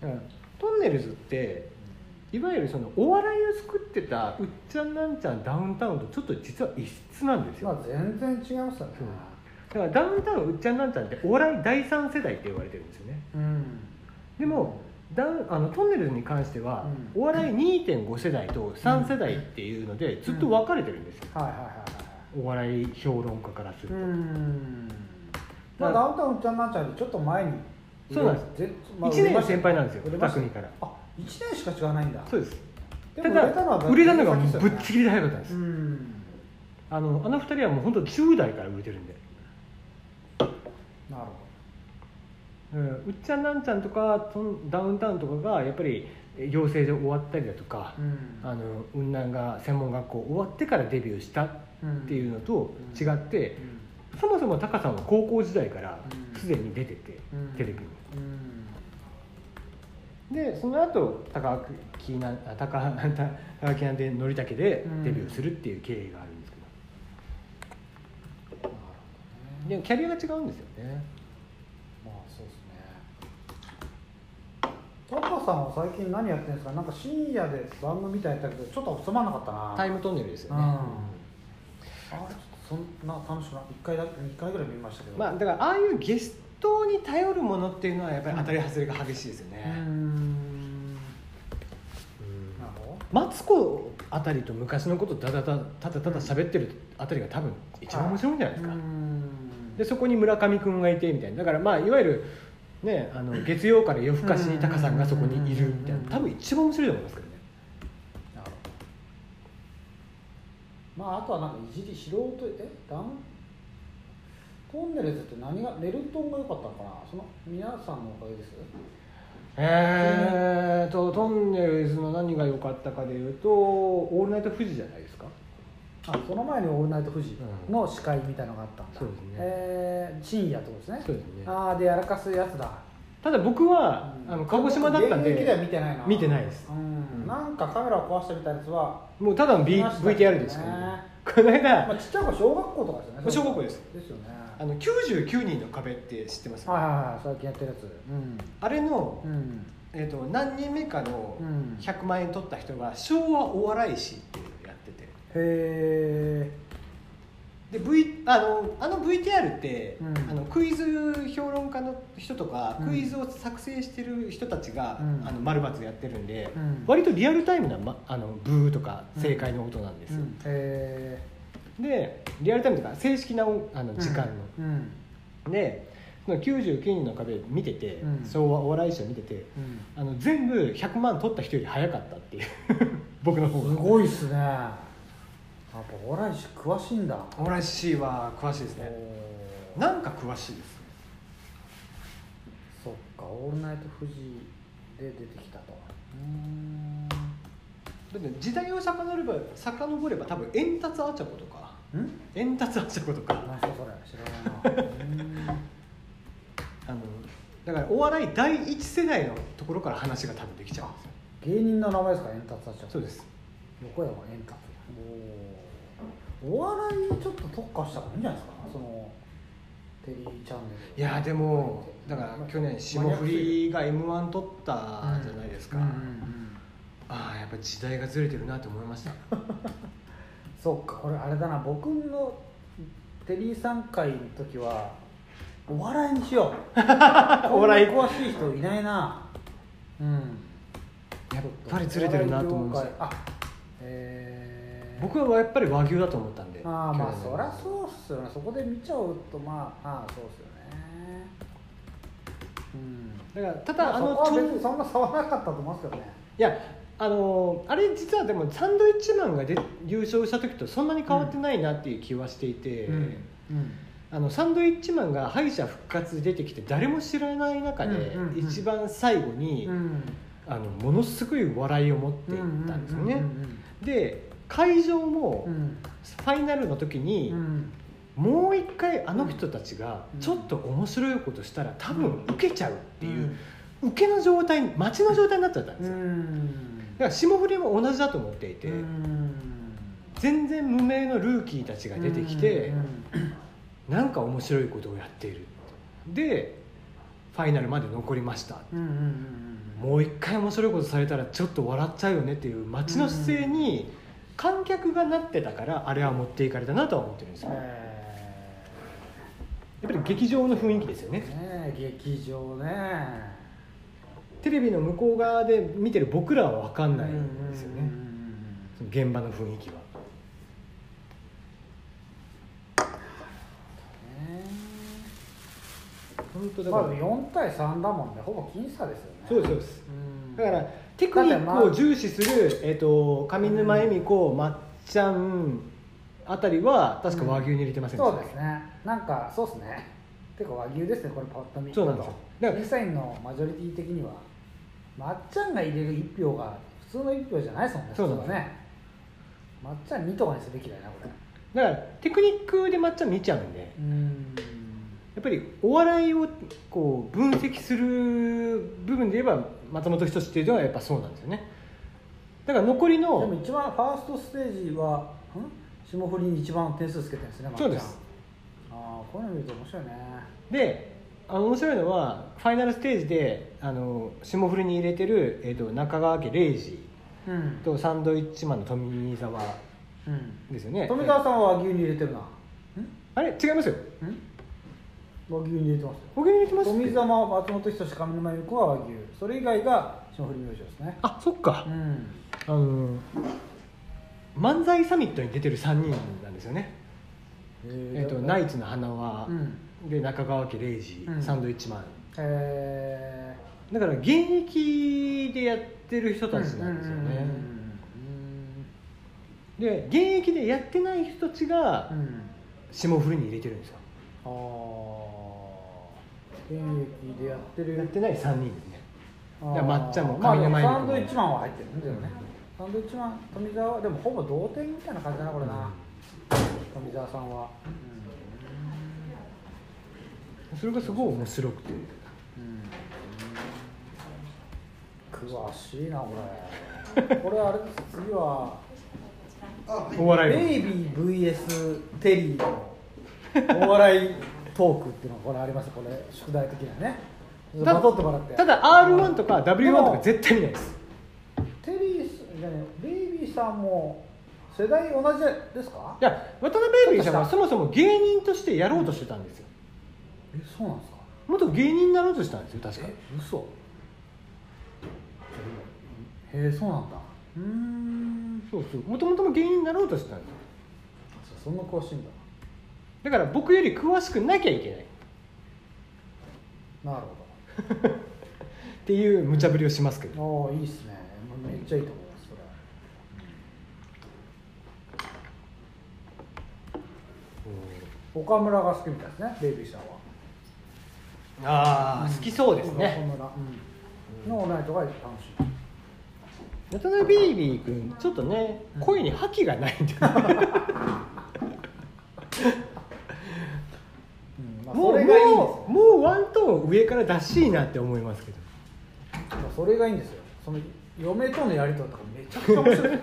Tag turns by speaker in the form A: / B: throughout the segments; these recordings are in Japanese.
A: だからトンネルズっていわゆるそのお笑いを作ってたうっちゃんなんちゃんダウンタウンとちょっと実は異質なんですよ、
B: まあ全然違いましたね
A: だからダウンタウンうっちゃんなんちゃんってお笑い第三世代って言われてるんですよね
B: うん
A: でもダウンあのトンネルズに関しては、
B: うん
A: お笑い2.5世代と3世代っていうのでずっと分かれてるんですよ、
B: はいはいはいはい
A: お笑い評論家からする
B: う
A: と、
B: んまあダウンタウンちゃんなんちゃんよりちょっと前に
A: そうなんです
B: ぜ
A: 1年は先輩なんですよ
B: 売れま
A: 2
B: した
A: 組から
B: あ一年しか違わないんだ
A: そうです
B: で
A: た
B: も売れたの
A: だ
B: は
A: 売れたのがもうぶっち
B: ち
A: ぎりで早かったんです、
B: うん
A: あのあの2人はもう本当10代から売れてるんで
B: なる
A: うんうっちゃんなんちゃんとかそのダウンタウンとかがやっぱりえ養成所終わったりだとか
B: ほど、うん
A: あの雲南が専門学校終わってからデビューしたっ
B: うん
A: ていうのと違って
B: う、ん
A: そもそもタカさんは高校時代から
B: うん
A: すでに出てて、
B: うん
A: テレビに
B: うん
A: でその後高木なんあ高 高木なんでのりたけでデビューするっていう経緯があるんですけど、
B: なるほど
A: で
B: ね
A: もキャリアが違うんですよね
B: まあそうですねタカさんは最近何やってるんですかなんか深夜で番組みたいやったけどちょっとつまんなかったな
A: タイムトンネルですよ
B: う
A: ね、
B: んあちょっとそんな楽しくない1回だけ2回ぐらい見ましたけど
A: まあ、だからああいうゲストに頼るものっていうのはやっぱり当たり外れが激しいですよ
B: う
A: ね
B: ー、ん
A: うん
B: なるほど
A: マツコあたりと昔のことだだだただただ喋ってるあたりが多分一番面白いんじゃないですか、
B: うーん
A: でそこに村上君がいてみたいなだからまあいわゆるねあの月曜から夜更かしにタカさんがそこにいるみたいな
B: うん
A: 多分一番面白いと思いますけどね
B: なるほどまああとはなんかいじり素人えダウントンネルズって何がレルトンが良かったのかなその皆さんのおかげです
A: えーとトンネルズの何が良かったかでいうと「オールナイトフジ」じゃないですか
B: あその前に「オールナイトフジ」の司会みたいなのがあったんだ、
A: そうですね
B: えー深夜ってことですね
A: そうですね
B: ああでやらかすやつだ
A: ただ僕は、あの鹿児島だったん
B: 現役では
A: で
B: 見てないな
A: 見てないです
B: うんなんかカメラを壊したみたいなやつは
A: もうただの、
B: 見
A: B
B: ましたね
A: VTR ですから、ね、この間
B: まあ、ちっちゃい頃小学校とかですよね
A: 小学校です
B: ですよね
A: あの99人の壁って知ってます、
B: はいはいはい最近やってるやつうん
A: あれの、
B: うん
A: えー、と何人目かの
B: うんへ
A: 100万円取った人が昭和お笑い師っていうのをやってて
B: え
A: で、v、あのあの VTR って、
B: うん
A: あのクイズ評論家の人とか、
B: うん
A: クイズを作成してる人たちが、
B: うん
A: あの丸×やってるんで、
B: うん
A: 割とリアルタイムな、ま、あのブーとか
B: うん
A: 正解の音なんですよ、
B: へえ
A: でリアルタイムとか正式なおあの時間の、
B: うん
A: でその99人の壁見てて、
B: うん
A: 昭和お笑い師を見てて
B: うん
A: あの全部100万取った人より早かったっていう 僕の方が
B: すごいっすねやっぱお笑い師詳しいんだ
A: お笑い師は詳しいです
B: おー
A: なんか詳しいです
B: そっか「オールナイトフジ」で出てきたとうーん
A: だって時代を遡れば遡れば多分円達あちゃことか
B: うん
A: 円達あちゃことか
B: 何すかそれ知らないなうーん
A: あのだからお笑い第一世代のところから話が多分できちゃうんですよ
B: 芸人の名前ですか円達社長
A: そうです
B: 横山円達おーお笑いにちょっと特化した方がいいんじゃないですかそのテリーチャンネル
A: いやでもだから去年霜降りが m 1取ったじゃないですか、
B: うんうんうん
A: ああやっぱ時代がずれてるなと思いました
B: そっかこれあれだな僕のテリーさん会の時はお笑いにしよう
A: お笑い
B: こんな詳しい人いないなうん
A: やっぱりずれてるなと思いました
B: お笑い業界あえー
A: 僕はやっぱり和牛だと思ったんで
B: ああまあ
A: 去年
B: そ
A: の
B: りゃそうっすよねそこで見ちゃうとまあああそうっすよねうん
A: だからた
B: ただ
A: だ
B: あ
A: あ
B: の
A: の
B: そこは
A: ちょ
B: 別にそんな差はなかったと思いますけどね
A: いやあのーあれ実はでもサンドイッチマンがで優勝した時とそんなに変わってないなっていう気はしていて、あのサンドイッチマンが敗者復活で出てきて誰も知らない中で、
B: うんうんうん
A: 一番最後に、
B: うん
A: あのものすごい笑いを持っていったんですよね、
B: うん
A: で会場も、
B: うんうんうん
A: ファイナルの時に、
B: うん
A: もう一回あの人たちが
B: うん、
A: ちょっと面白いことしたら多分受けちゃうっていううん受けの状態待ちの状態になっちゃったんですよ、だから霜降りも同じだと思っていて、
B: うん
A: 全然無名のルーキーたちが出てきて、
B: うん
A: なんか面白いことをやっているでファイナルまで残りました、
B: うんうんうんうん
A: もう一回面白いことされたらちょっと笑っちゃうよねっていう街の姿勢に観客がなってたからあれは持っていかれたなとは思ってるんですよやっ
B: え
A: ぱり劇場の雰囲気ですよ
B: ー
A: ね
B: ねえ劇場ね
A: テレビの向こう側で見てる僕らは分かんないんですよ
B: うん
A: ね
B: うん
A: その現場の雰囲気は
B: うんね
A: 本当
B: え
A: だ
B: ま
A: から、
B: あ4対3だもんねほぼ僅差ですよね
A: そうですそうです
B: うん
A: だからテクニックを重視する、えっと上沼恵美子まっちゃんあたりは確か和牛に入れてませんでし
B: そ
A: た
B: う
A: っ
B: で
A: け
B: すねなんかそうですねてか和牛ですねこれパッと見
A: そうなんですよだから
B: 審査員のマジョリティ的にはまっちゃんが入れる1票が普通の1票じゃないですもんね
A: そうなんで
B: 普
A: す
B: 通はねまっちゃん2とかにすべきだよなこれ
A: だからテクニックでまっちゃん見ちゃうんで
B: うん
A: やっぱりお笑いをこう分析する部分で言えば松本人志っていうのはやっぱそうなんですよねだから残り
B: でも
A: の
B: 一番ファーストステージはん霜降りに一番点数つけてるんですねまっちゃ
A: そ
B: ん
A: うです
B: ああこういうの見ると面白いね
A: であの面白いのはファイナルステージであの霜降りに入れてる、えっと中川家礼二
B: うん
A: とサンドイッチマンの富澤
B: うん
A: ですよね
B: 富川さんは和牛に入れてるな
A: あれ違いますよ
B: んん和牛に入れてますよ
A: お気に入りします
B: 富澤松本人志上沼恵美子は和牛それ以外が霜降り明星ですね
A: あそっか
B: う、ん
A: あの漫才サミットに出てる3人なんですよね、えっとナイツの花輪
B: う、ん
A: で中川家礼二、
B: うん
A: サンドイッチマン
B: え
A: だから現役でやってる人
B: ー
A: たちなんですよね、
B: うん
A: で現役でやってない人たちが
B: うんうん
A: 霜降りに入れてるんですよ
B: あー現役でやってる
A: やってない3人ね
B: あー
A: いや抹茶も
B: まあでも
A: 上沼恵美子も
B: サンドイッチマンは入ってるんだよねサンドイッチマン富澤はでもほぼ同点みたいな感じだなこれな、富澤さんは
A: それがすごい面白くて
B: うん、うん詳しいなこれこれあれです次は
A: お笑い
B: ベイビー VS テリーのお笑いトークっていうのがこれありますこれ宿題的なねちょっと
A: た
B: バトってもらって
A: ただ r 1とか w 1と
B: で
A: か
B: も
A: 絶対見ないです
B: テリーすじゃねベイビーさんも世代同じですか
A: いや渡辺エイビーさんはそもそも芸人としてやろうとしてたんですよ
B: えそうなんですか
A: 元芸人になろうとしたんですよ確か
B: 嘘へえそうなんだうーん
A: そうそうもともとも芸人になろうとしてたんですよ
B: そんな詳しいんだ
A: だから僕より詳しくなきゃいけないっ
B: なるほ
A: ていう無茶ぶりをしますけど
B: どああいいっすねめっちゃいいと思いますそれ岡村が好きみたいですねベイビーさんは
A: ああ好きそうですね
B: 岡村、うん、の同いとが楽しい
A: 渡辺ベイビー君ちょっとね声に覇気がない んで
B: うんまあ、
A: も
B: そうれがいいん
A: も
B: ですよ
A: うもうワントーン上から出しいなって思いますけど
B: まあそれがいいんですよその嫁とのやりとりとかめちゃくちゃ面白い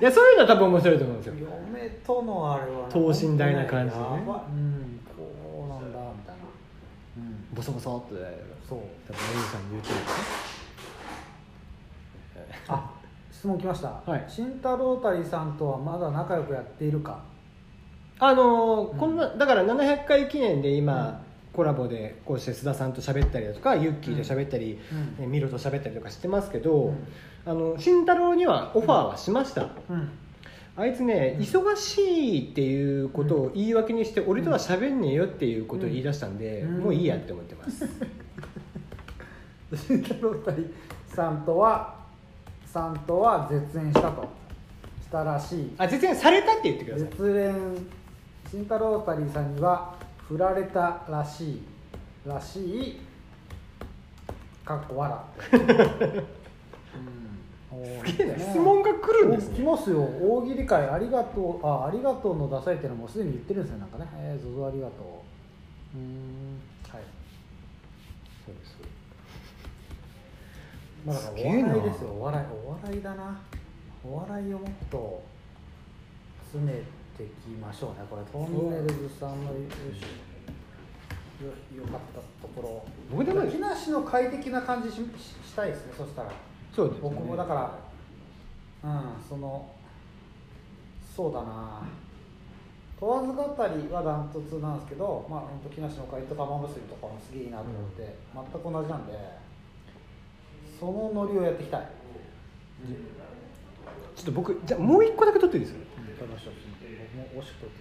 A: いやそういうのは多分面白いと思うんですよ
B: 嫁とのあれはね
A: 等身大な感じでね
B: やばいうんこうなんだみたいなうん
A: ボソボソって
B: そう
A: 多分エイビーさんに言うてるね
B: あ質問来ました、
A: はい
B: 慎太郎たりさんとはまだ仲良くやっているか
A: あのー
B: うん
A: こんなだから700回記念で今、コラボでこうして須田さんと喋ったりだとかユッキーと喋ったり、
B: うん
A: えミロと喋ったりとかしてますけど、
B: うん
A: あの慎太郎にはオファーはしました、
B: うん
A: あいつね、
B: うん
A: 忙しいっていうことを言い訳にして、俺とは喋んねえよっていうことを言い出したんで、
B: うん
A: もういいやって思ってます、
B: 慎太郎たりさんとはさんとは絶縁したとしたらしい
A: あ絶縁されたって言ってください
B: 絶縁慎太郎たりさんには振られたらしいらしいかっこ笑って
A: すげえな質問が来るんです
B: 来
A: ね
B: ますよ大喜利会ありがとうあありがとうのダサいっていうのはもうすでに言ってるんですよなんかねえー、ゾゾありがとううーんはい
A: そうです
B: まあだから
A: すげ
B: お
A: えな
B: 笑いですよお笑いお笑いだなお笑いをもっと詰めていきましょうねこれトンネルズさんの優秀よかったとこ
A: 僕でも
B: ろ木梨の快適な感じしししたいですねそしたら
A: そうですね
B: 僕もだからうんそのそうだな問わず語りはダントツなんですけど、まあ、ほんと木梨の会と玉結びとかもすげえいいなと思って、全く同じなんでそのノリをやっていきたい
A: ちょっと僕じゃあもう一個だけ撮っていいですか
B: この人僕も惜しくとって